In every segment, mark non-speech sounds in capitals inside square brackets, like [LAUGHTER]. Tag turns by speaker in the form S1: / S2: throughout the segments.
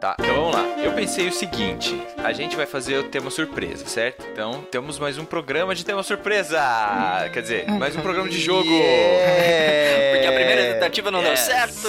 S1: Tá, então vamos lá. Eu pensei o seguinte: a gente vai fazer o tema surpresa, certo? Então temos mais um programa de tema surpresa! Quer dizer, mais um programa de jogo!
S2: Yeah!
S3: Porque a
S1: É,
S3: primeira tentativa não deu
S1: Yes.
S3: certo.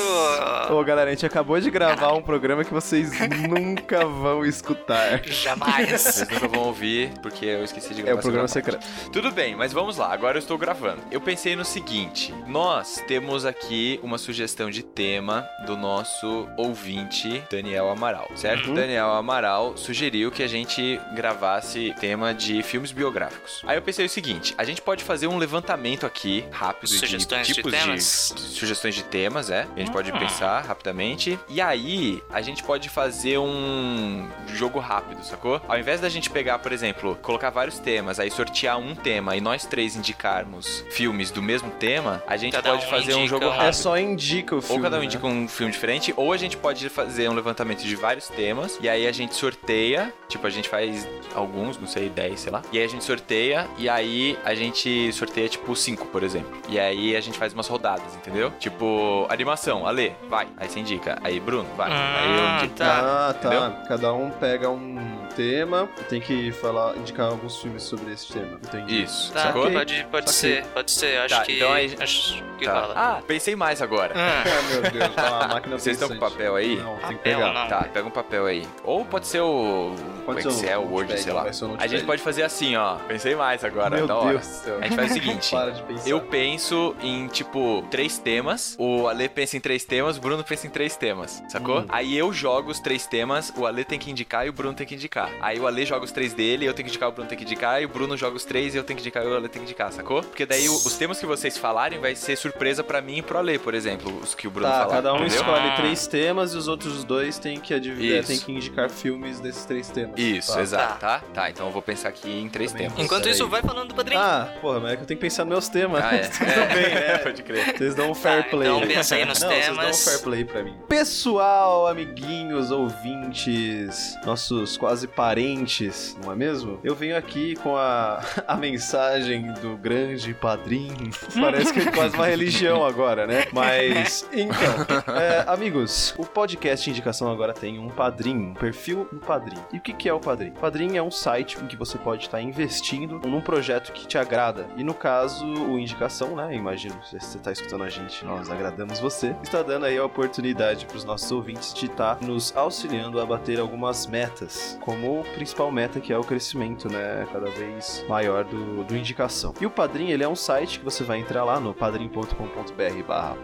S2: Ô, galera, a gente acabou de gravar um programa que
S1: [LAUGHS]
S2: vocês nunca vão escutar.
S3: Jamais.
S1: [LAUGHS] Vocês nunca vão ouvir, porque eu esqueci de
S2: É
S1: gravar.
S2: o programa
S1: essa gravação.
S2: secreto.
S1: Tudo bem, mas vamos lá, agora eu estou gravando. Eu pensei no seguinte: nós temos aqui uma sugestão de tema do nosso ouvinte, Daniel Amaral, certo?
S2: Uhum.
S1: Daniel Amaral sugeriu que a gente gravasse tema de filmes biográficos. Aí eu pensei o seguinte: a gente pode fazer um levantamento aqui, rápido,
S3: Sugestões de
S1: de tipos
S3: temas?
S1: sugestões de temas, é. A gente pode
S3: Ah.
S1: pensar rapidamente. E aí, a gente pode fazer um jogo rápido, sacou? Ao invés da gente pegar, por exemplo, colocar vários temas, aí sortear um tema e nós três indicarmos filmes do mesmo tema, a gente
S3: Cada
S1: pode
S3: um
S1: fazer um
S3: indica
S1: jogo
S3: um.
S1: rápido.
S2: É só indica o filme.
S1: Ou cada um
S2: né?
S1: indica um filme diferente, ou a gente pode fazer um levantamento de vários temas, e aí a gente sorteia, tipo, a gente faz alguns, não sei, 10, sei lá. E aí a gente sorteia, e aí a gente sorteia, tipo, 5, por exemplo. E aí a gente faz umas rodadas, entendeu? Tipo, animação, Ale, vai. Aí você indica. Aí, Bruno, vai. aí eu
S3: Ah,
S1: indico.
S3: tá.
S2: Ah, tá. Cada um pega um tema e tem que falar, indicar alguns filmes sobre esse tema. Entendi.
S1: Isso,
S3: Tá,
S1: sacou?
S2: Ok.
S3: pode, pode
S2: Saquei.
S3: ser, pode ser. Acho
S1: Tá,
S3: que.
S1: então aí-
S3: Acho que
S1: Tá.
S3: rola.
S1: Ah, pensei mais agora.
S3: Ah,
S2: Ah, meu Deus. Ah, a máquina
S1: Vocês estão com
S2: pensante.
S1: papel aí?
S2: Não, tem que
S3: Papel,
S2: pegar.
S3: não.
S1: Tá, pega um papel aí. Ou pode ser o, o
S2: Pode ser um
S1: Excel, é o Word,
S2: notepad,
S1: sei lá.
S2: vai ser um
S1: A
S2: notepad.
S1: gente pode fazer assim, ó. Pensei mais agora,
S2: Meu
S1: da hora.
S2: Deus do céu.
S1: A gente faz o seguinte.
S2: [LAUGHS] Para de pensar.
S1: Eu penso em, tipo, três temas. O Ale pensa em três temas, o Bruno pensa em três temas, sacou?
S2: Hum.
S1: Aí eu jogo os três temas, o Ale tem que indicar e o Bruno tem que indicar. Aí o Ale joga os três dele, eu tenho que indicar, o Bruno tem que indicar, e o Bruno joga os três e eu tenho que indicar e o Ale tem que indicar, sacou? Porque daí o- os temas que vocês falarem vai ser surpresa pra mim e pro Ale, por exemplo, os que o Bruno
S2: Tá,
S1: falar.
S2: cada um
S1: entendeu? Ah.
S2: escolhe três temas e os outros dois têm que adivinhar,
S1: Isso.
S2: têm que indicar filmes desses três temas.
S1: Isso,
S2: Tá.
S1: exato, tá? Tá, então eu vou pensar aqui em três
S2: Também
S1: temas.
S3: Enquanto
S1: Peraí.
S3: isso, vai falando do padrinho.
S2: Ah, porra, mas é que eu tenho que pensar nos meus temas.
S1: Ah, é.
S2: [LAUGHS] Tudo bem, né?
S1: [LAUGHS] Pode crer.
S2: Vocês dão um fair
S3: Tá,
S2: play.
S3: então pensa aí nos
S2: [LAUGHS] Não,
S3: temas.
S2: Vocês dão um fair play pra mim. Pessoal, amiguinhos, ouvintes, nossos quase parentes, não é mesmo? Eu venho aqui com a, [LAUGHS] a mensagem do grande padrinho. [LAUGHS] Parece que é quase uma religião agora, né? Mas, então, é, amigos, o podcast Indicação agora tem um padrinho, um perfil do padrinho. E o que, que é o padrinho? Padrinho é um site em que você pode estar investindo num projeto que te agrada. E no caso, o Indicação, né? Imagino, se você está escutando a gente, nós agradamos você. Está dando aí a oportunidade para os nossos ouvintes de estar nos auxiliando a bater algumas metas, como a principal meta que é o crescimento, né? Cada vez maior do, do Indicação. E o Padrim, ele é um site que você vai entrar lá no padrim.com.br barra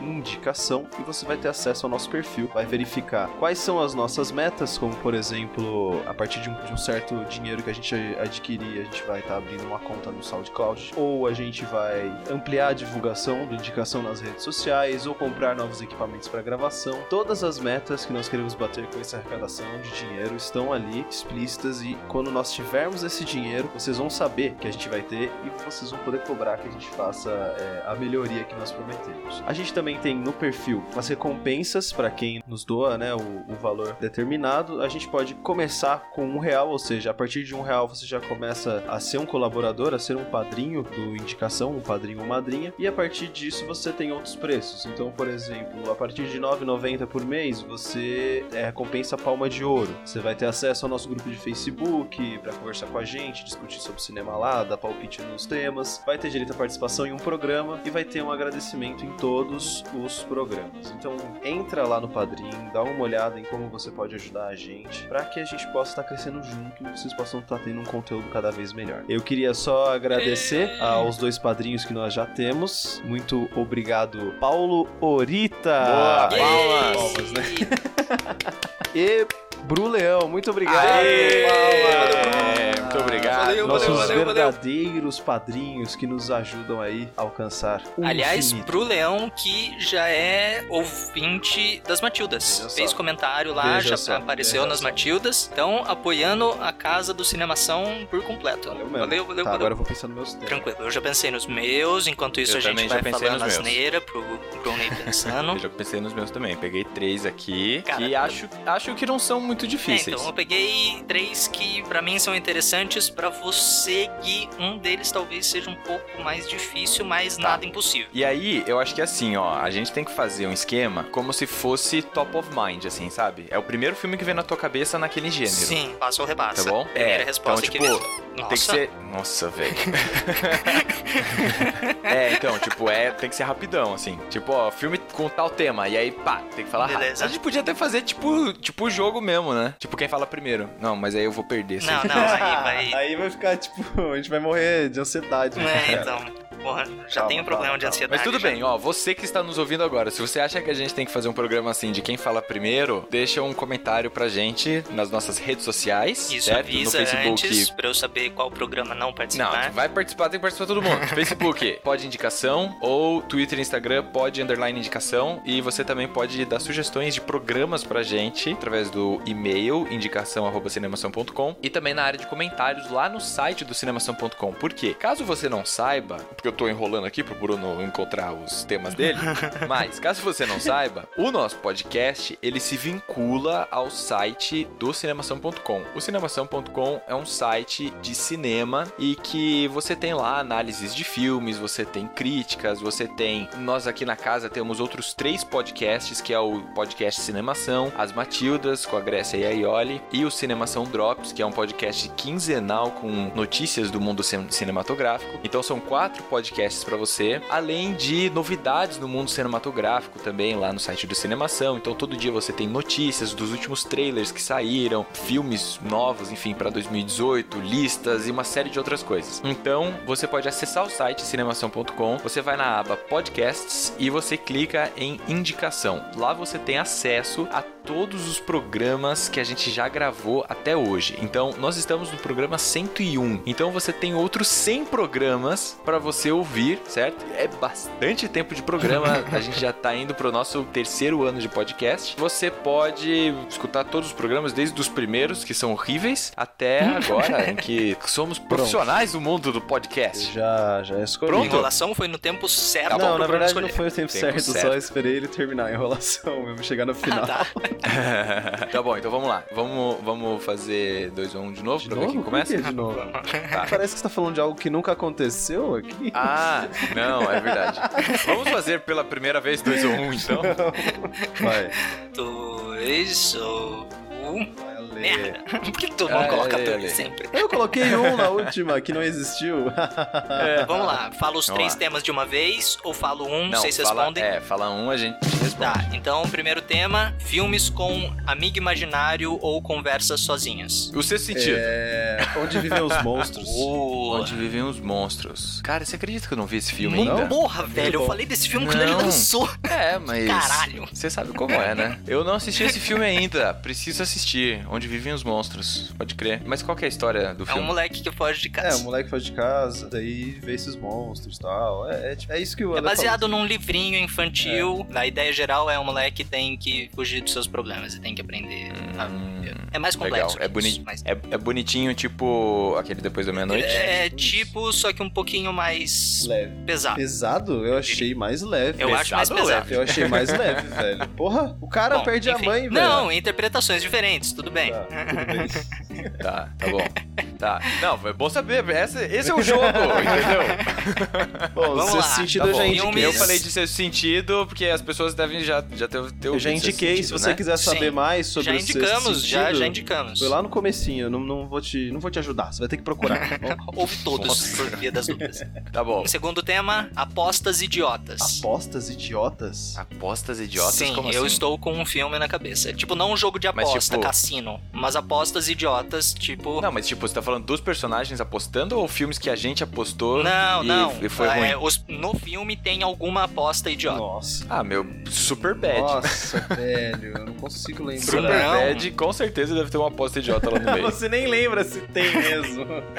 S2: podindicação e você vai ter acesso ao nosso perfil, vai verificar quais são as nossas metas, como por exemplo, a partir de um, de um certo dinheiro que a gente adquirir, a gente vai estar abrindo uma conta no SoundCloud, ou a gente vai ampliar a divulgação do Indicação nas redes sociais, ou comprar novos equipamentos para gravação. Todas as metas que nós queremos bater com essa arrecadação de dinheiro estão ali explícitas e quando nós tivermos esse dinheiro, vocês vão saber que a gente vai ter e vocês vão poder cobrar que a gente faça é, a melhoria que nós prometemos. A gente também tem no perfil as recompensas para quem nos doa né, o, o valor determinado. A gente pode começar com um real, ou seja, a partir de um real você já começa a ser um colaborador, a ser um padrinho do indicação, um padrinho ou madrinha. E a partir disso você tem outros preços. Então, por exemplo, a partir de 9,90 por mês você é, recompensa Palma de Ouro. Você vai ter acesso ao nosso grupo de Facebook para conversar com a gente, discutir sobre cinema lá, dar palpite nos temas. Vai ter direito à participação em um programa e vai ter um agradecimento em todos os programas. Então, entra lá no Padrim, dá uma olhada em como você pode ajudar a gente para que a gente possa estar crescendo junto e vocês possam estar tendo um conteúdo cada vez melhor. Eu queria só agradecer
S3: Ei.
S2: aos dois padrinhos que nós já temos. Muito obrigado, Paulo Orita.
S1: Boa,
S3: Yay! [LAUGHS]
S1: Palmas.
S2: Palmas, né? E Bru Leão, muito obrigado.
S3: Aê!
S2: Palmas.
S1: É, muito obrigado.
S3: Valeu,
S2: Nossos
S3: valeu, valeu.
S2: verdadeiros padrinhos que nos ajudam aí a alcançar o
S3: Aliás,
S2: infinito.
S3: pro Leão, que já é ouvinte das Matildas.
S2: Veja só.
S3: Fez comentário lá,
S2: Veja
S3: já
S2: só,
S3: apareceu
S2: veja
S3: nas
S2: só.
S3: Matildas. Então, apoiando a casa do Cinemação por completo.
S2: Valeu, mesmo.
S3: valeu, valeu.
S2: Tá,
S3: valeu.
S2: agora eu vou pensar nos meus tempos.
S3: Tranquilo, eu já pensei nos meus, enquanto isso
S1: Eu
S3: a gente
S1: também
S3: vai
S1: já pensei
S3: falando
S1: nos meus.
S3: asneira pro É, Brunei
S1: Eu [LAUGHS]
S3: pensando.
S1: já pensei nos meus também. Peguei três aqui.
S3: Cara,
S1: que
S3: eu-
S1: acho, acho que não são muito
S3: É,
S1: difíceis.
S3: então eu peguei três que pra mim são interessantes, pra você Gui, um deles talvez seja um pouco mais difícil,
S1: Tá.
S3: mas nada impossível.
S1: E aí, eu acho que é assim, ó, a gente tem que fazer um esquema como se fosse top of mind, assim, sabe? É o primeiro filme que vem na tua cabeça naquele gênero.
S3: Sim, passa ou
S1: Tá
S3: repassa.
S1: bom?
S3: Primeira
S1: é,
S3: resposta
S1: então,
S3: que
S1: tipo,
S3: vem. Nossa,
S1: Tem que ser. Nossa, velho. [LAUGHS] é, então, tipo, é, tem que ser rapidão, assim. Tipo, ó, filme com tal tema. E aí, pá, tem que falar
S3: Beleza.
S1: rápido. A gente podia até fazer, tipo, tipo o jogo mesmo, né? Tipo, quem fala primeiro. Não, mas aí eu vou perder. assim.
S3: Não, não,
S2: [LAUGHS]
S3: aí vai.
S2: Aí vai ficar, tipo, a gente vai morrer de ansiedade. né?
S3: É, então. Porra, já
S2: Calma,
S3: tenho problema
S2: calma,
S3: de ansiedade.
S1: Mas tudo
S3: já.
S1: bem, ó, você que está nos ouvindo agora, se você acha que a gente tem que fazer um programa assim de quem fala primeiro, deixa um comentário pra gente nas nossas redes sociais,
S3: Isso
S1: certo? no
S3: avisa
S1: Facebook.
S3: antes pra eu saber qual programa não
S1: Não, tipo,
S3: participar.
S1: vai participar, tem que participar todo mundo. Facebook, pode indicação, ou Twitter e Instagram, pode underline indicação, e você também pode dar sugestões de programas pra gente através do e-mail, indicação.cinemação.com, e também na área de comentários lá no site do cinemação.com. Por quê? Caso você não saiba, porque eu tô enrolando aqui pro Bruno encontrar os temas dele, mas caso você não saiba, o nosso podcast, ele se vincula ao site do cinemação.com. O cinemação.com é um site de cinema e que você tem lá análises de filmes, você tem críticas, você tem nós aqui na casa temos outros três podcasts, que é o podcast Cinemação, As Matildas com a Grécia e a Ioli e o Cinemação Drops, que é um podcast quinzenal com notícias do mundo cin- cinematográfico. Então são quatro podcasts pra você, além de novidades no mundo cinematográfico também lá no site do Cinemação. Então todo dia você tem notícias dos últimos trailers que saíram, filmes novos, enfim, pra 2018, listas e uma série de outras coisas. Então você pode acessar o site cinemação.com, você vai na aba podcasts e você clica em indicação. Lá você tem acesso a todos os programas que a gente já gravou até hoje. Então, nós estamos no programa 101. Então, você tem outros 100 programas para você ouvir, certo? É bastante tempo de
S2: [LAUGHS]
S1: programa. a gente já tá indo pro nosso terceiro ano de podcast. Você pode escutar todos os programas, desde os primeiros, que são horríveis, até
S2: Hum, [LAUGHS]
S1: agora, em que somos profissionais do mundo do
S2: Eu
S1: podcast.
S2: Já, já escolhi.
S3: A
S1: Pronto.
S3: enrolação foi no tempo certo
S1: Tá bom,
S3: pro
S2: não, na
S3: programa
S2: verdade não
S3: escolher.
S2: foi o tempo,
S1: Tempo
S2: certo,
S1: certo.
S2: só esperei ele terminar a enrolação mesmo, chegar no final.
S3: Ah, tá.
S1: [LAUGHS] tá bom, então vamos lá. Vamos, vamos fazer 2 ou 1 um de novo
S2: De
S1: pra
S2: novo?
S1: ver quem
S2: Por
S1: começa?
S2: que
S3: [LAUGHS]
S2: de novo?
S1: Tá.
S2: Parece que você tá falando de algo que nunca aconteceu aqui.
S1: Ah, não, é verdade. Vamos fazer pela primeira vez 2 ou 1, um, então?
S2: Vai,
S3: Dois ou um. [LAUGHS]
S2: vai ler.
S3: Merda. Por que tu
S1: Ah,
S3: não coloca
S1: é, é.
S3: dois sempre?
S2: Eu coloquei um na última que não
S1: [LAUGHS]
S2: existiu.
S3: É, Então, Vamos lá, fala os
S1: Vamos
S3: três
S1: lá.
S3: temas de uma vez ou falo um,
S1: Não,
S3: vocês
S1: fala,
S3: respondem?
S1: É, fala um, a gente responde.
S3: Tá, então o primeiro tema: filmes com amigo imaginário ou conversas sozinhas.
S1: O sexto sentido.
S2: é, onde vivem os
S1: [LAUGHS]
S2: monstros?
S3: Oh,
S1: Onde vivem os monstros. Cara, você acredita que eu não vi esse filme
S3: não
S1: ainda?
S3: morra, velho. Eu
S2: bom.
S3: falei desse filme quando ele
S1: Não.
S3: lançou.
S1: É, mas.
S3: Caralho.
S1: Você sabe como é, né? Eu não assisti esse filme ainda. Preciso assistir. Onde vivem os monstros. Pode crer. Mas qual que é a história do
S3: É um
S1: filme?
S3: moleque que foge de
S2: É, o
S3: casa.
S2: moleque faz de casa, daí vê esses monstros e tal. É, é, tipo- é isso que o
S3: É,
S2: André
S3: baseado num livrinho infantil. A ideia geral é um moleque que tem que fugir dos seus problemas e tem que aprender. a viver. É mais
S1: Hum, Legal,
S3: complexo.
S1: é
S3: que isso,
S1: bonito.
S3: mas-
S1: É, é bonitinho, tipo aquele depois da meia-noite.
S3: É tipo, só que um pouquinho mais
S2: falou. Leve.
S3: pesado.
S2: Pesado? Eu achei mais leve.
S3: Eu acho mais
S1: Pesado ou
S3: pesado.
S2: Eu
S3: [LAUGHS]
S2: achei mais leve, velho. Porra, o cara
S3: Bom,
S2: perde
S3: enfim.
S2: a mãe, velho.
S3: Não, interpretações diferentes, tudo bem.
S2: Tá, tudo bem.
S1: Tá, tá bom. Tá. Não, é bom saber. Essa- esse é o jogo, entendeu?
S2: Bom,
S3: Vamos
S2: sexto
S3: lá.
S2: sentido
S3: Tá
S2: eu já
S3: bom.
S2: indiquei.
S1: Eu
S3: Isso.
S1: falei de sexto sentido, porque as pessoas devem já, já ter, ter
S2: Eu
S1: ouvido
S2: já
S1: sexto
S2: indiquei, se
S1: sentido,
S2: você
S1: né?
S2: quiser saber
S3: Sim.
S2: mais sobre
S3: Já
S2: o sexto
S3: indicamos, já,
S2: sentido,
S3: já indicamos.
S2: Foi lá no comecinho, eu não, não, vou te, não vou te ajudar, você vai ter que
S3: [LAUGHS]
S2: procurar. Bom,
S3: Houve todos,
S1: Nossa.
S3: por via das dúvidas.
S1: Tá bom.
S3: Segundo tema, apostas idiotas.
S2: Apostas idiotas?
S1: Apostas idiotas?
S3: Sim,
S1: como
S3: eu
S1: assim?
S3: estou com um filme na cabeça. É Tipo, não um jogo de
S1: Mas,
S3: aposta,
S1: tipo-
S3: cassino, mas apostas notas, tipo.
S1: Não, mas tipo, você tá falando dos personagens apostando ou filmes que a gente apostou
S3: Não,
S1: e,
S3: não.
S1: e foi ruim?
S3: É, os- no filme tem alguma aposta idiota.
S2: Nossa.
S1: Ah, meu, Super Bad.
S2: Nossa, velho, eu não consigo
S1: Super
S2: lembrar.
S3: Não.
S1: Bad com certeza deve ter uma aposta idiota lá no meio.
S2: Você nem lembra se tem mesmo. [LAUGHS]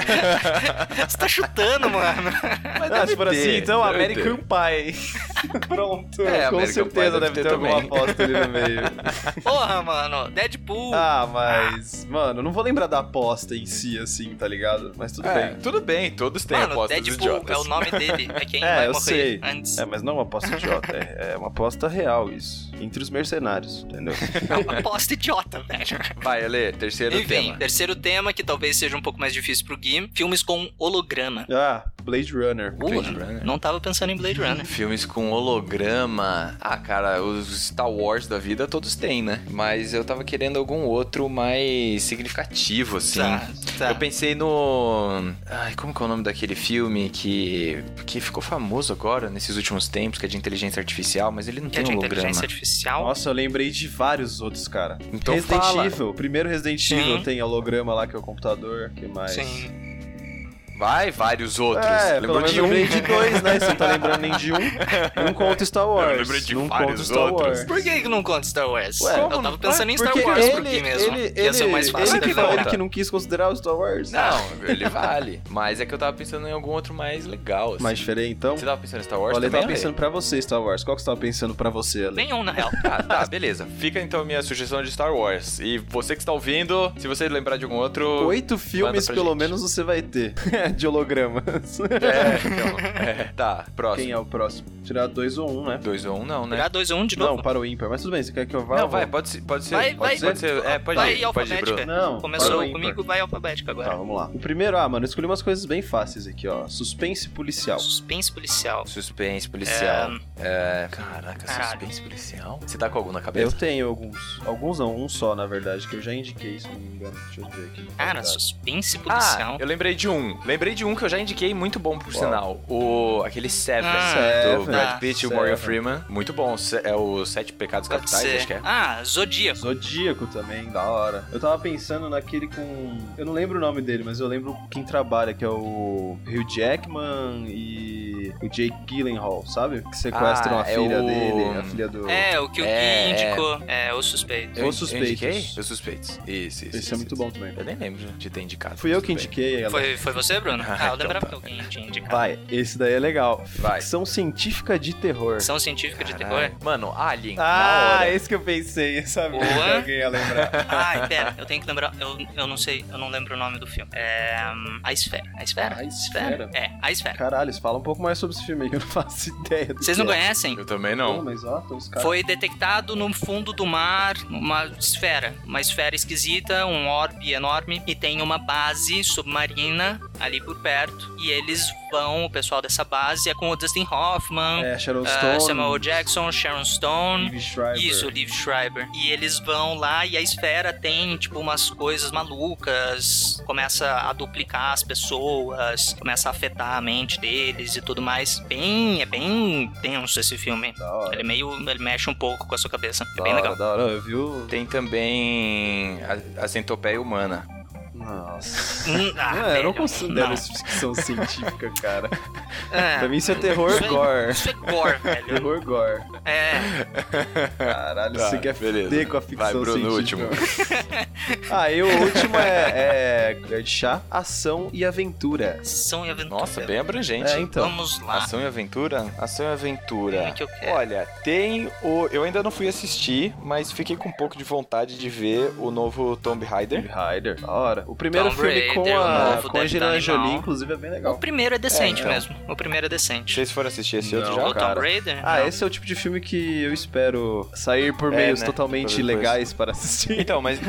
S3: Você tá chutando, mano.
S1: [LAUGHS] Mas
S2: ah,
S1: deve
S2: se for
S1: ter,
S2: assim, então
S1: deve
S2: American Pie. [LAUGHS] Pronto,
S1: É,
S2: com
S1: American
S2: certeza deve
S1: Pie deve
S2: ter,
S1: ter
S2: alguma
S1: também.
S2: aposta ali no meio.
S3: Porra, mano. Deadpool.
S2: [LAUGHS] Ah, mas, mano, não vou lembrar da aposta em si, assim, tá ligado? Mas tudo
S1: É,
S2: bem.
S1: tudo bem, todos têm
S3: mano,
S1: apostas
S3: Deadpool
S1: idiotas.
S3: é o nome dele. É
S1: [LAUGHS]
S3: quem
S2: É,
S3: vai
S2: eu
S3: morrer
S2: sei.
S3: antes.
S2: É, mas não uma aposta idiota, é, é uma aposta real isso. Entre os mercenários, [LAUGHS] entendeu?
S3: É uma aposta idiota, velho.
S1: Vai, Ale, terceiro
S3: Enfim,
S1: É tema.
S3: terceiro tema, que talvez seja um pouco mais difícil pro Gui. Filmes com holograma.
S2: Ah, Blade Runner.
S1: Blade
S3: Porra,
S1: Runner.
S3: Não tava pensando em Blade Runner.
S1: Filmes com holograma. Ah, cara, os Star Wars da vida todos têm, né? Mas eu tava querendo algum outro mais significativo, assim.
S3: Tá, tá.
S1: Eu pensei no. Ai, como que é o nome daquele filme que. que ficou famoso agora, nesses últimos tempos, que é de inteligência artificial, mas ele não
S3: Que é
S1: tem um
S3: de
S1: holograma.
S3: inteligência artificial.
S2: Nossa, eu lembrei de vários outros, cara.
S1: Então
S2: Resident
S1: fala.
S2: Evil, o primeiro Resident Evil
S3: Sim.
S2: tem holograma lá que é o computador, que mais?
S3: Sim.
S1: Vai, vários outros.
S2: É,
S1: Lembrou
S2: pelo menos
S1: de um.
S2: lembrei de dois, né? Você não tá lembrando nem de um.
S1: [LAUGHS]
S2: Não conta Star Wars.
S1: Eu lembrei de
S2: não conta
S1: vários
S2: Star
S1: outros.
S2: Wars.
S3: Por que, que não conta Star Wars?
S2: Ué,
S3: eu
S1: como
S3: tava
S1: não?
S3: pensando em Star
S2: Porque
S3: Wars por
S2: ele-
S3: aqui mesmo.
S2: Ele,
S3: Ia ser
S2: ele-
S3: mais fácil
S2: ele
S3: de
S2: que falou
S3: lembrar.
S2: que não quis considerar o Star Wars.
S1: [LAUGHS] Não, ele vale. Mas é que eu tava pensando em algum outro mais legal, assim.
S2: Mas diferente, então.
S1: Você tava pensando em Star
S2: O
S1: Wars
S2: Ale
S1: também, é.
S2: tava pensando pra você, Star Wars. Qual que você tava pensando pra você, Ale?
S3: Nenhum, na real.
S1: Ah, tá, beleza. Fica então a minha sugestão de Star Wars. E você que está ouvindo, se você lembrar de algum outro.
S2: Oito filmes,
S1: pra
S2: pelo
S1: gente.
S2: menos, você vai ter. [LAUGHS] de hologramas.
S1: É, então. é. Tá,
S2: Quem
S1: próximo.
S2: é o próximo? Tirar dois ou um, né?
S1: 2 ou 1, um, não, né?
S3: Virar 2 a 1 de novo.
S2: Não, para o ímpar. Mas tudo bem, você quer que eu vá?
S1: Não,
S2: ou
S1: vai, pode ser. Pode ser
S3: Vai,
S1: pode
S3: vai.
S1: ser, pode ser. É, pode
S3: vai
S1: ir, pode ir,
S3: alfabética.
S1: Bruno.
S2: Não, para o
S3: Começou
S2: ímpar.
S3: comigo, vai alfabético agora.
S2: Tá, vamos lá. O primeiro, ah, mano, eu escolhi umas coisas bem fáceis aqui, ó. Suspense policial.
S3: Suspense policial.
S1: Suspense policial. É... Caraca,
S3: hum, Caralho.
S1: suspense policial? Você tá com algum na
S2: Eu
S1: cabeça?
S2: tenho alguns. Alguns não, um só, na verdade, que eu já indiquei, se não me engano. Deixa eu ver aqui.
S3: Cara, suspense
S1: Ah,
S3: policial.
S1: eu lembrei de um. Lembrei de um que eu já indiquei, muito bom por
S2: Qual?
S1: sinal. O aquele Seven,
S3: Ah,
S1: do
S2: Seven.
S1: Brad Pitt e o
S2: Seven.
S1: Morgan Freeman. Muito bom. Se- É o Sete Pecados
S3: Pode
S1: Capitais, acho
S3: ser.
S1: que é.
S3: Ah, Zodíaco.
S2: Zodíaco também, da hora. Eu tava pensando naquele com. Eu não lembro o nome dele, mas eu lembro quem trabalha, que é o Hugh Jackman e o Jake Gyllenhaal, sabe? Que sequestram
S1: Ah,
S2: a
S1: é
S2: filha
S1: o-
S2: dele, a filha do.
S3: É, o que o
S1: É,
S3: Gui indicou. É, o suspeito.
S2: Eu- Os
S1: indiquei?
S2: Suspeitos.
S1: Os suspeitos. Isso, isso.
S2: Esse
S1: isso,
S2: é muito
S1: isso.
S2: bom também.
S1: Eu nem lembro de ter indicado.
S2: Fui eu
S1: tudo
S2: que
S1: bem.
S2: indiquei, galera.
S3: Foi, foi você,
S1: [LAUGHS]
S3: Bruno? Ah,
S1: Ah,
S3: eu
S1: então
S3: lembrava
S1: tá.
S3: que alguém tinha indicado.
S2: Vai, esse daí é legal.
S1: Vai.
S2: Ficção científica de terror.
S3: Ficção científica de terror?
S1: Caralho. Mano, Alien, na
S2: Ah,
S1: hora.
S2: esse que eu pensei, eu sabia
S3: Boa.
S2: que alguém ia lembrar.
S3: Ai, pera, eu tenho que lembrar. Eu, eu não sei, eu não lembro o nome do filme. É. hum, A Esfera. A Esfera?
S2: A Esfera?
S3: É, A Esfera.
S2: [LAUGHS] Caralho, fala um pouco mais sobre esse filme aí que eu não faço ideia. do
S3: Vocês
S2: que
S3: não conhecem?
S1: Eu também
S2: é.
S1: não.
S2: Pô, mas ó, tem uns caras.
S3: Foi detectado no fundo do mar uma esfera, uma esfera esquisita, um orbe enorme e tem uma base submarina ali por perto e eles vão, o pessoal dessa base é com o Dustin Hoffman,
S2: É, Sharon
S3: ah,
S2: Stone.
S3: Samuel Jackson, Sharon Stone,
S2: Liv Schreiber.
S3: Isso, o Liv Schreiber. E eles vão lá e a esfera tem, tipo, umas coisas malucas. Começa a duplicar as pessoas, começa a afetar a mente deles e tudo mais. Bem, é bem tenso esse filme.
S2: Da hora.
S3: Ele meio. Ele mexe um pouco com a sua cabeça. É
S2: Da
S3: bem
S2: hora,
S3: legal.
S2: da hora. Eu vi o...
S1: Tem também a, a centopeia humana.
S2: Nossa.
S3: Hum, ah,
S2: [LAUGHS] Não, É, eu não
S3: velho,
S2: considero
S3: não.
S2: isso ficção científica,
S3: [LAUGHS]
S2: cara.
S3: É,
S2: Pra mim isso é terror
S3: Isso aí.
S2: gore.
S3: Isso é
S2: [LAUGHS]
S3: gore, velho.
S2: Terror gore.
S3: É.
S2: Caralho,
S1: Tá,
S2: você quer
S1: beleza.
S2: foder com a ficção
S1: Vai, Bruno,
S2: científica.
S1: último.
S2: ah, e o último é, é colher de chá, ação e aventura.
S3: Ação e aventura.
S1: Nossa, bem abrangente.
S2: É, então.
S3: Vamos lá.
S1: Ação e aventura? Ação e aventura.
S3: Filme que eu é. quero.
S1: Olha, tem o. Eu ainda não fui assistir, mas fiquei com um pouco de vontade de ver o novo Tomb Raider.
S2: Rider, da hora. O primeiro
S3: Tomb
S2: filme com
S3: Raider, o
S2: a,
S3: novo
S2: com a
S3: Dead
S2: Angelina
S3: Animal.
S2: Jolie, inclusive, é bem
S3: O
S2: legal.
S3: primeiro é decente
S1: É, então.
S3: mesmo. O primeiro é decente.
S1: Vocês foram assistir esse outro
S2: Não,
S3: o
S2: [LAUGHS]
S1: já?
S2: cara.
S3: Tomb Raider?
S2: Ah,
S3: Não.
S2: esse é o tipo de filme que eu espero sair por
S1: É,
S2: meios
S1: né?
S2: totalmente
S1: Fazer coisa.
S2: legais para assistir.
S1: Então, mas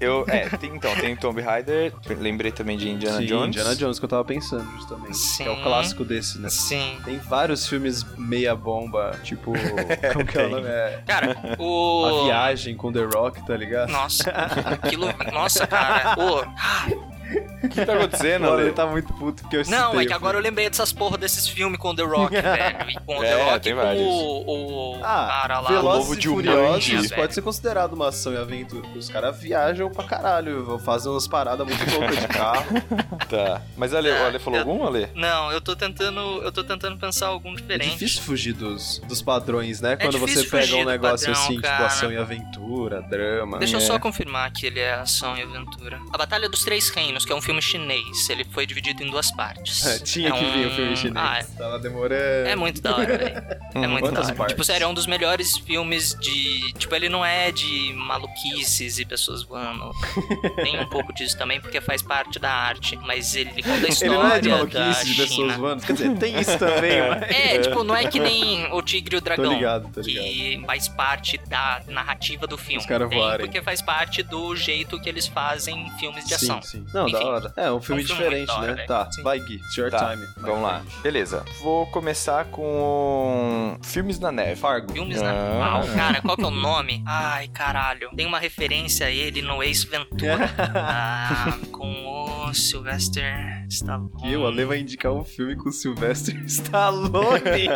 S1: eu. É, tem, então, tem Tomb Raider, lembrei também de Indiana
S2: Sim,
S1: Jones.
S2: Indiana Jones, que eu tava pensando, justamente.
S3: Sim.
S2: Que é o clássico desse, né?
S3: Sim.
S2: Tem vários filmes meia bomba,
S3: [LAUGHS]
S2: tipo. Como que é o
S1: Tem.
S2: nome? É,
S3: Cara,
S2: [LAUGHS] A
S3: o.
S2: Viagem com The Rock, tá ligado?
S3: Nossa, aquilo. Nossa, cara. O.
S1: O que tá acontecendo,
S2: Agora ele
S1: Ale?
S2: tá muito puto porque eu
S3: Não,
S2: citei
S3: é que
S2: o
S3: agora eu lembrei dessas porra desses filmes com The
S2: [LAUGHS]
S3: Rock, velho. E com
S1: É,
S3: The Rock
S1: tem
S3: e
S1: vários.
S3: com o, o
S2: Ah,
S3: cara lá.
S2: Velozes
S1: Lobo
S2: e
S1: de
S2: Furiosos
S3: Jumanji,
S2: pode
S3: velho.
S2: ser considerado uma ação e aventura. Os caras viajam pra caralho, fazem umas paradas muito loucas de carro.
S1: Tá. Mas Ale, o Ale falou
S3: eu-
S1: algum, Ale?
S3: Não, eu tô tentando. Eu tô tentando pensar algum
S2: É
S3: diferente. É
S2: difícil fugir dos, dos padrões, né? Quando você
S3: difícil
S2: pega
S3: fugir
S2: um
S3: do
S2: negócio
S3: padrão,
S2: assim, tipo
S3: cara.
S2: ação e aventura, drama.
S3: Deixa eu
S1: É.
S3: só confirmar que ele é ação e aventura. A Batalha dos Três Reinos, que é um filme chinês, ele foi dividido em duas partes.
S2: [LAUGHS] Tinha
S3: É
S2: que vir o
S3: um-
S2: filme chinês.
S3: Ah,
S2: Tava demorando.
S3: é muito da hora, velho.
S2: [LAUGHS]
S3: É muito
S2: Quantas
S3: da hora.
S2: partes?
S3: Tipo, sério, é um dos melhores filmes de. Tipo, ele não é de maluquices e pessoas voando. Tem um pouco disso também, porque faz parte da arte. Mas ele conta a
S2: Ele
S3: história.
S2: não é de
S3: da
S2: maluquice, de
S3: China.
S2: pessoas voando. Quer dizer, tem
S3: [LAUGHS]
S2: isso também, mas...
S3: É, tipo, não é que nem o Tigre e o
S2: Tô
S3: Dragão.
S2: ligado, tô ligado.
S3: Que faz parte da narrativa do filme.
S2: Os caras
S3: Tem,
S2: voarem.
S3: Porque faz parte do jeito que eles fazem filmes é de
S2: Sim,
S3: ação.
S2: sim. Não, da
S3: Enfim.
S2: hora. É, um
S3: filme
S2: filme
S3: muito
S2: diferente,
S3: da hora,
S2: né?
S3: velho.
S2: Tá,
S3: Sim.
S2: vai Gui, it's your
S1: Tá,
S2: time.
S1: Vamos lá. Beleza. Vou começar com filmes na neve.
S2: Fargo.
S3: Filmes
S1: Ah.
S3: na Naval. Cara, qual que é o nome? Ai, caralho. Tem uma referência a ele no Ace Ventura. Ah, com o Sylvester Stallone.
S2: [LAUGHS] E o Ale vai indicar um filme com o Sylvester [LAUGHS] Stallone.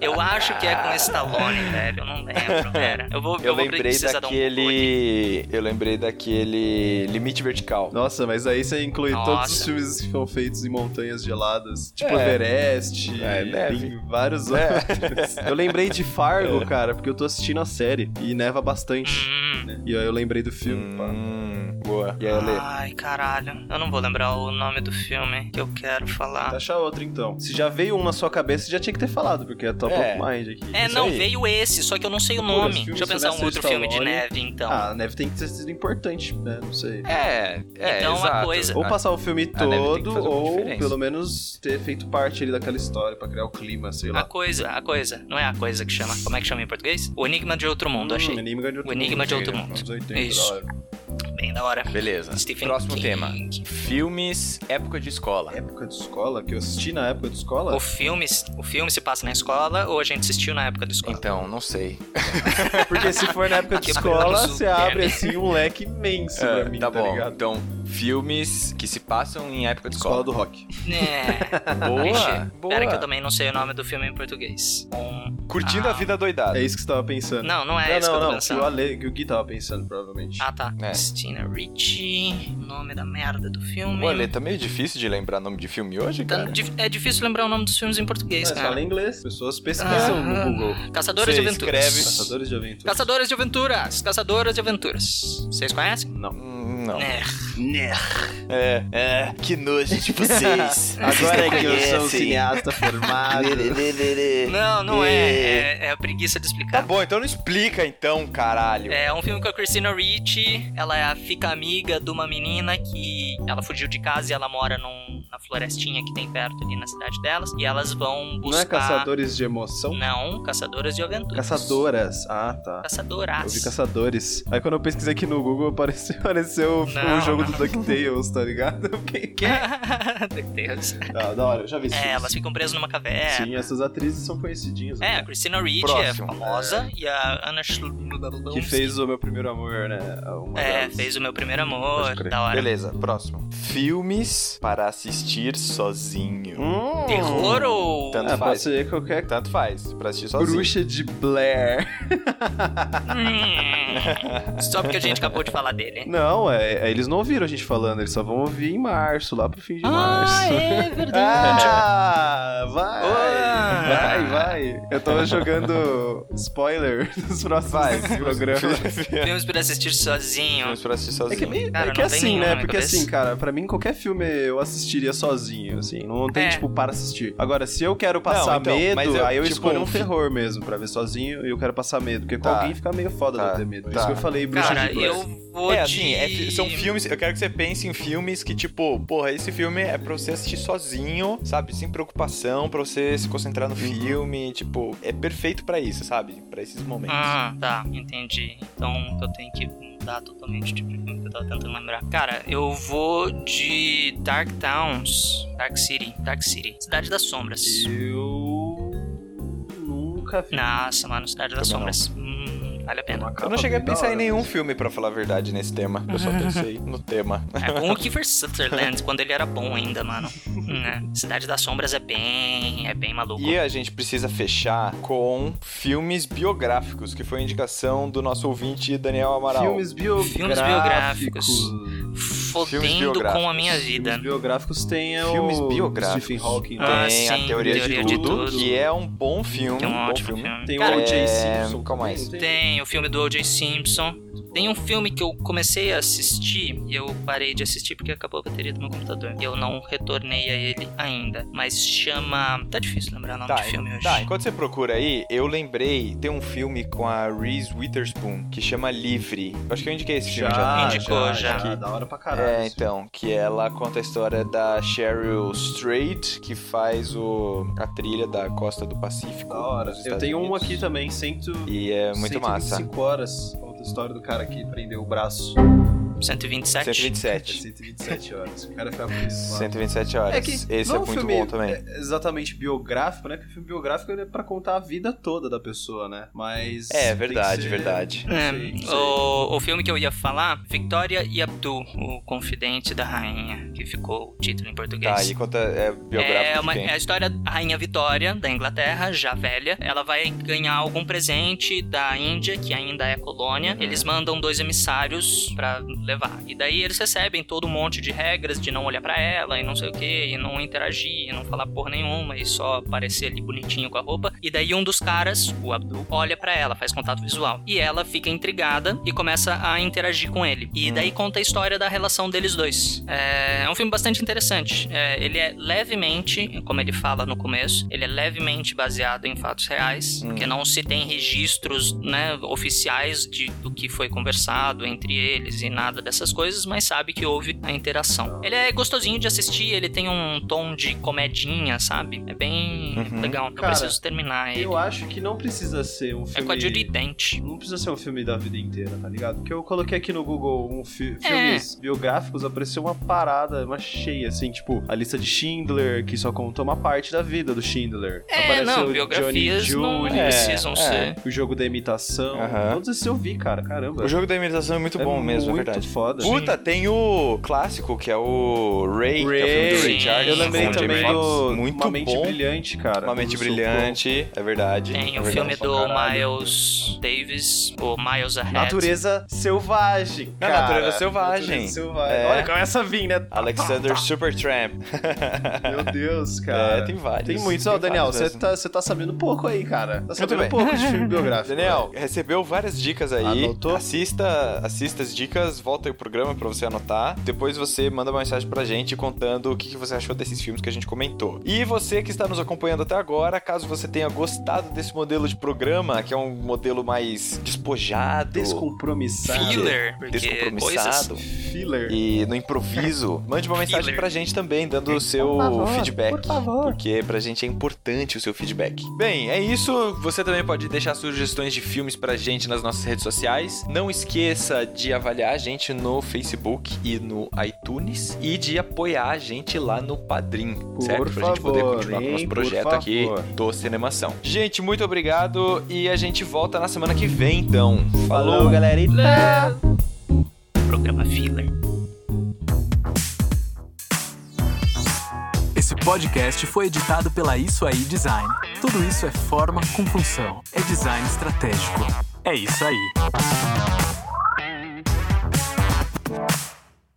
S3: Eu acho que é com Stallone, velho. Eu não lembro, pera. Eu vou, eu
S1: Eu
S3: vou
S1: lembrei
S3: precisar dar um Google aqui.
S1: daquele. Eu lembrei daquele. Limite vertical.
S2: Nossa, mas aí você inclui
S3: Nossa.
S2: todos os filmes que foram feitos em montanhas geladas, tipo
S1: É.
S2: Everest,
S1: É, neve.
S2: tem vários outros. É. [LAUGHS] Eu lembrei de Fargo, cara, porque eu tô assistindo a série e neva bastante.
S3: Hum.
S2: né? E aí eu lembrei do filme. pá.
S1: Hum, boa.
S2: É,
S1: E aí, Ale?
S3: Ai, caralho. Eu não vou lembrar o nome do filme que eu quero falar.
S2: Achar outro então. Se já veio um na sua cabeça, você já tinha que ter falado, porque é top
S1: É.
S2: of mind aqui.
S3: É,
S1: Isso
S3: não,
S1: aí.
S3: veio esse, só que eu não sei o
S2: Pô, esse
S3: nome.
S2: filme
S3: Deixa eu
S2: do
S3: pensar um
S2: Sylvester
S3: outro filme de
S2: Stallone.
S3: neve, então.
S2: Ah, a neve tem que ter sido importante, né? Não sei.
S1: É, é.
S3: Então, uma
S1: exato.
S3: coisa-
S2: Ou passar o filme
S1: a neve tem que
S2: todo,
S1: fazer alguma
S2: ou
S1: diferença.
S2: pelo menos ter feito parte ali daquela história pra criar o clima, sei
S3: A
S2: lá.
S3: coisa, a coisa. Não é a coisa que chama. Como é que chama em português? O Enigma de Outro Mundo,
S2: Hum,
S3: achei.
S2: Enigma de
S3: O Enigma de Outro
S2: né?
S3: Mundo.
S2: Anos 80,
S3: Isso.
S2: da hora.
S3: Bem da hora.
S1: Ah, Beleza.
S3: Stephen
S1: Próximo
S3: King.
S1: tema. Filmes época de escola.
S2: Época de escola? Que eu assisti na época de escola?
S3: O filme, o filme se passa na escola ou a gente assistiu na época da escola?
S1: Então, não sei.
S2: Porque se for na época
S3: [LAUGHS]
S2: de
S3: Que
S2: escola,
S3: curioso,
S2: você
S3: Guilherme.
S2: abre assim um leque imenso
S1: É,
S2: pra mim,
S1: tá
S2: tá,
S1: bom.
S2: ligado?
S1: então, filmes que se passam em época de
S2: Escola
S1: escola.
S2: do
S3: [LAUGHS]
S2: rock.
S3: É.
S1: Boa, boa. É.
S3: Pera que eu Ah. também não sei o nome do filme em português.
S1: Curtindo a vida doidada.
S2: É isso que você tava pensando.
S3: Não, não é
S2: não,
S3: isso que eu
S2: não,
S3: tô
S2: não. Que
S3: pensando.
S2: o, Ale, que o Gui tava pensando, provavelmente.
S3: Ah, tá.
S1: É.
S3: Christina Ricci, o nome da merda do filme.
S1: Pô, Ale, tá meio difícil de lembrar nome de filme hoje,
S3: Tá
S1: cara. é
S3: dif- É difícil lembrar o nome dos filmes em português,
S2: Mas fala
S3: cara.
S2: em inglês. Pessoas pesquisam
S3: Ah.
S2: no Google.
S3: Caçadores
S1: Você
S3: de Aventuras.
S1: escreve-
S2: Caçadores de aventuras.
S3: Caçadores de Aventuras. Caçadores de Aventuras. Vocês conhecem?
S2: Não.
S1: Hum, Não.
S3: É.
S1: É, é, que nojo [LAUGHS] de vocês.
S2: Agora que eu sou um cineasta formado.
S3: Não, não é. É, é a preguiça de
S1: Tá
S3: explicar.
S1: bom, então não explica então, caralho.
S3: É um filme com a Christina Ricci. Ela é- fica amiga de uma menina que ela fugiu de casa e ela mora num- na florestinha que tem perto ali na cidade delas. E elas vão buscar.
S2: Não é caçadores de emoção?
S3: Não, caçadoras de aventuras.
S2: Caçadoras. Ah, tá. Eu vi
S3: Caçadoras.
S2: caçadores. Aí quando eu pesquisei aqui no Google, apareceu, [LAUGHS] apareceu o-
S3: Não,
S2: o jogo
S3: não. É
S2: do DuckTales, tá ligado? [LAUGHS] Eu fiquei, "Quê?"
S3: [LAUGHS] Meu Deus.
S2: Ah, da hora, eu já vi isso. [LAUGHS]
S3: É, elas ficam presas numa caverna.
S2: Sim, essas atrizes são conhecidinhas.
S3: É,
S2: né?
S3: a Christina Ricci é
S1: Próximo.
S3: famosa e a Anna Schlug...
S2: Que fez o meu primeiro amor, né? Uma
S3: É,
S2: delas.
S3: fez o meu primeiro
S2: Pode
S3: amor,
S2: crer.
S3: da hora.
S1: Beleza, próximo. Filmes para assistir sozinho.
S2: Hum.
S3: Terror ou...
S1: Tanto
S2: Ah, pode
S1: faz.
S2: ser qualquer
S1: Tanto faz, pra assistir sozinho. [LAUGHS]
S2: bruxa
S3: [LAUGHS]
S2: de Blair. [LAUGHS]
S3: Hum. Só porque a gente acabou de falar dele.
S2: Não, é, é, eles não ouviram a gente falando, eles só vão ouvir em março, lá pro fim de
S3: Ah,
S2: março. [LAUGHS]
S1: [LAUGHS]
S3: é verdade.
S2: Ah, vai!
S3: Ah.
S2: Vai, vai! Eu tava jogando spoiler [LAUGHS] nos próximos
S1: Vai,
S2: programas.
S3: Filmes pra assistir sozinho.
S1: Filmes pra assistir
S2: É que, é
S1: sozinho.
S2: meio-
S3: Cara,
S2: é que
S3: não tem
S2: assim,
S3: nenhum
S2: né?
S3: na minha
S2: Porque
S3: cabeça.
S2: assim, cara, pra mim qualquer filme eu assistiria sozinho, assim. Não tem,
S3: É.
S2: tipo, para assistir. Agora, se eu quero passar
S1: Não, então, mas
S2: medo,
S1: eu,
S2: aí eu
S1: tipo,
S2: escolho um
S1: fi-
S2: terror mesmo pra ver sozinho e eu quero passar medo. Porque com
S1: Tá.
S2: alguém fica meio foda
S1: Tá.
S2: não ter medo. Por
S1: Tá.
S2: isso que eu falei bruxa
S3: Cara,
S2: de Blair.
S3: eu vou de...
S1: É, assim, é fi- são filmes. Eu quero que você pense em filmes que, tipo, porra, esse filme é pra você assistir sozinho, sabe? Sem preocupação, pra você se concentrar no filme. Tipo, é perfeito pra isso, sabe? Pra esses momentos.
S3: Ah, tá, entendi. Então eu tenho que mudar totalmente de filme que eu tava tentando lembrar. Cara, eu vou de Dark Towns, Dark City, Dark City, Cidade das Sombras.
S2: Eu. Nunca vi.
S3: Nossa, mano, Cidade das
S1: Também não.
S3: Sombras. Hum, Vale a pena.
S1: Eu não cheguei a
S2: bem da
S1: pensar em
S2: hora,
S1: nenhum
S2: mas-
S1: filme, pra falar a verdade, nesse tema. Eu só pensei no tema.
S3: É bom o Kiefer Sutherland, quando ele era bom ainda,
S1: [LAUGHS]
S3: mano. Né? Cidade das Sombras é bem... É bem maluco.
S1: E a gente precisa fechar com filmes biográficos, que foi a indicação do nosso ouvinte Daniel Amaral.
S2: Filmes biográficos.
S3: Filmes biográficos.
S1: filmes
S3: Fodendo
S1: biográficos.
S3: com a minha vida.
S2: Filmes biográficos tem é o
S1: Filmes biográficos.
S2: Stephen Hawking.
S3: Ah,
S1: tem
S3: sim,
S1: a teoria, de, tudo, que é um bom filme.
S3: Que é um
S1: bom
S3: ótimo
S1: filme.
S3: filme.
S2: Tem
S3: Cara,
S2: o O.J.
S1: é,
S2: Simpson.
S1: qual mais?
S2: também, não
S3: Tem o filme do O.J. Simpson. Tem um filme que eu comecei a assistir e eu parei de assistir porque acabou a bateria do meu computador. Eu não retornei a ele ainda. Mas chama. Tá difícil lembrar o nome
S1: Tá,
S3: de filme hoje.
S1: tá, enquanto você procura aí, eu lembrei, tem um filme com a Reese Witherspoon que chama Livre. Eu acho que eu indiquei esse filme já.
S2: Já,
S3: um Indicou, já.
S2: já. Da hora pra caralho.
S1: É, então, que ela conta a história da Cheryl Strait, que faz o, a trilha da costa do Pacífico.
S2: Da hora.
S1: nos
S2: Eu
S1: Estados
S2: tenho um
S1: Unidos.
S2: aqui também, cento...
S1: E é muito massa.
S2: 125 horas. Conta a história do cara que prendeu o braço. É
S3: 127.
S1: 127.
S2: 127 horas. O cara fica preso lá.
S1: 127 horas. Esse é
S2: não um
S1: muito
S2: filme
S1: bom também.
S2: é Exatamente biográfico, né? Porque o filme biográfico ele é pra contar a vida toda da pessoa, né? Mas.
S1: É,
S2: tem que
S1: verdade,
S2: ser- [LAUGHS]
S1: verdade.
S2: Não
S3: É,
S2: sei, não sei.
S3: o, o filme que eu ia falar, Victoria e Abdul, o confidente da rainha, que ficou o título em português.
S1: Tá, e conta é biográfico
S3: É,
S1: de
S3: uma,
S1: quem?
S3: é a história da Rainha Vitória, da Inglaterra, já velha. Ela vai ganhar algum presente da Índia, que ainda é colônia.
S1: Uhum.
S3: Eles mandam dois emissários pra levar. E daí eles recebem todo um monte de regras de não olhar pra ela e não sei o que, e não interagir, e não falar porra nenhuma, e só aparecer ali bonitinho com a roupa. E daí um dos caras, o Abdul, olha pra ela, faz contato visual. E ela fica intrigada e começa a interagir com ele. E daí conta a história da relação deles dois. É, é um filme bastante interessante. É, ele é levemente, como ele fala no começo, ele é levemente baseado em fatos reais,
S1: Hum.
S3: porque não se tem registros né, oficiais de, do que foi conversado entre eles e nada dessas coisas, mas sabe que houve a interação. Ele é gostosinho de assistir, ele tem um tom de comedinha, sabe? É bem
S1: Uhum.
S3: legal. Eu
S2: Cara,
S3: preciso terminar ele.
S2: Eu acho que não precisa ser um
S3: É
S2: filme.
S3: com a Judy Dent.
S2: Não precisa ser um filme da vida inteira, tá ligado? Porque eu coloquei aqui no Google um fi-
S3: É.
S2: filmes biográficos, apareceu uma parada, uma cheia, assim, tipo, a lista de Schindler, que só contou uma parte da vida do Schindler.
S3: É,
S2: apareceu
S3: não,
S2: Johnny
S3: biografias não
S2: June,
S1: é,
S3: precisam
S1: é.
S3: ser.
S2: o jogo da imitação.
S1: Aham.
S2: Todos esses eu vi, cara, caramba.
S1: O jogo da imitação é muito bom mesmo, é
S2: muito
S1: verdade.
S2: foda.
S1: Puta, tem o clássico, que é o Ray, que é o filme do
S2: Ray.
S1: Ray Charles,
S2: Eu lembrei
S1: com o Jamie
S2: também
S1: Foxx.
S2: do
S1: Muito
S2: Uma Mente
S1: bom.
S2: Brilhante, cara.
S1: Uma Mente
S2: do Russell
S1: Brilhante, é verdade.
S3: Tem
S1: é
S3: o
S1: verdade.
S3: filme
S2: pra
S3: do
S2: caralho.
S3: Miles Davis, ou Miles
S2: Crowe.
S3: Ahead.
S2: Natureza selvagem.
S1: Na
S2: cara.
S1: natureza selvagem.
S2: Natureza selvagem.
S1: É.
S2: Olha, começa a vir, né?
S3: Tá,
S1: Alexander Supertramp.
S2: Meu Deus, cara.
S1: É, tem vários.
S2: Tem muitos. Ó, Daniel,
S1: vários
S2: você
S1: mesmo.
S2: tá, você tá sabendo pouco aí, cara. Tá sabendo
S1: bem.
S2: pouco de filme biográfico.
S1: [LAUGHS] Daniel, recebeu várias dicas aí.
S2: Anotou?
S1: Assista, assista as dicas, volta aí o programa pra você anotar. Depois você manda uma mensagem pra gente contando o que que você achou desses filmes que a gente comentou. E você que está nos acompanhando até agora, caso você tenha gostado desse modelo de programa, que é um modelo mais despojado,
S2: Descompromissado.
S3: Filler, porque é coisas...
S1: descompromissado
S2: Filler.
S1: e no [LAUGHS] improviso, mande uma mensagem
S3: Filler.
S1: pra gente também, dando o seu
S2: favor,
S1: feedback.
S2: por favor.
S1: Porque pra gente é importante o seu feedback. Bem, é isso. Você também pode deixar sugestões de filmes pra gente nas nossas redes sociais. Não esqueça de avaliar a gente no Facebook e no iTunes e de apoiar a gente lá no Padrim,
S2: Por
S1: certo? Pra gente poder
S2: favor,
S1: continuar com o nosso
S2: hein?
S1: projeto
S2: Por
S1: aqui
S2: favor.
S1: do Cinemação. Gente, muito obrigado e a gente volta na semana que vem, então. Falou.
S2: Falou, galerita!
S3: Programa Filler.
S4: Esse podcast foi editado pela Isso Aí Design. Tudo isso é forma com função. É design estratégico. É isso aí.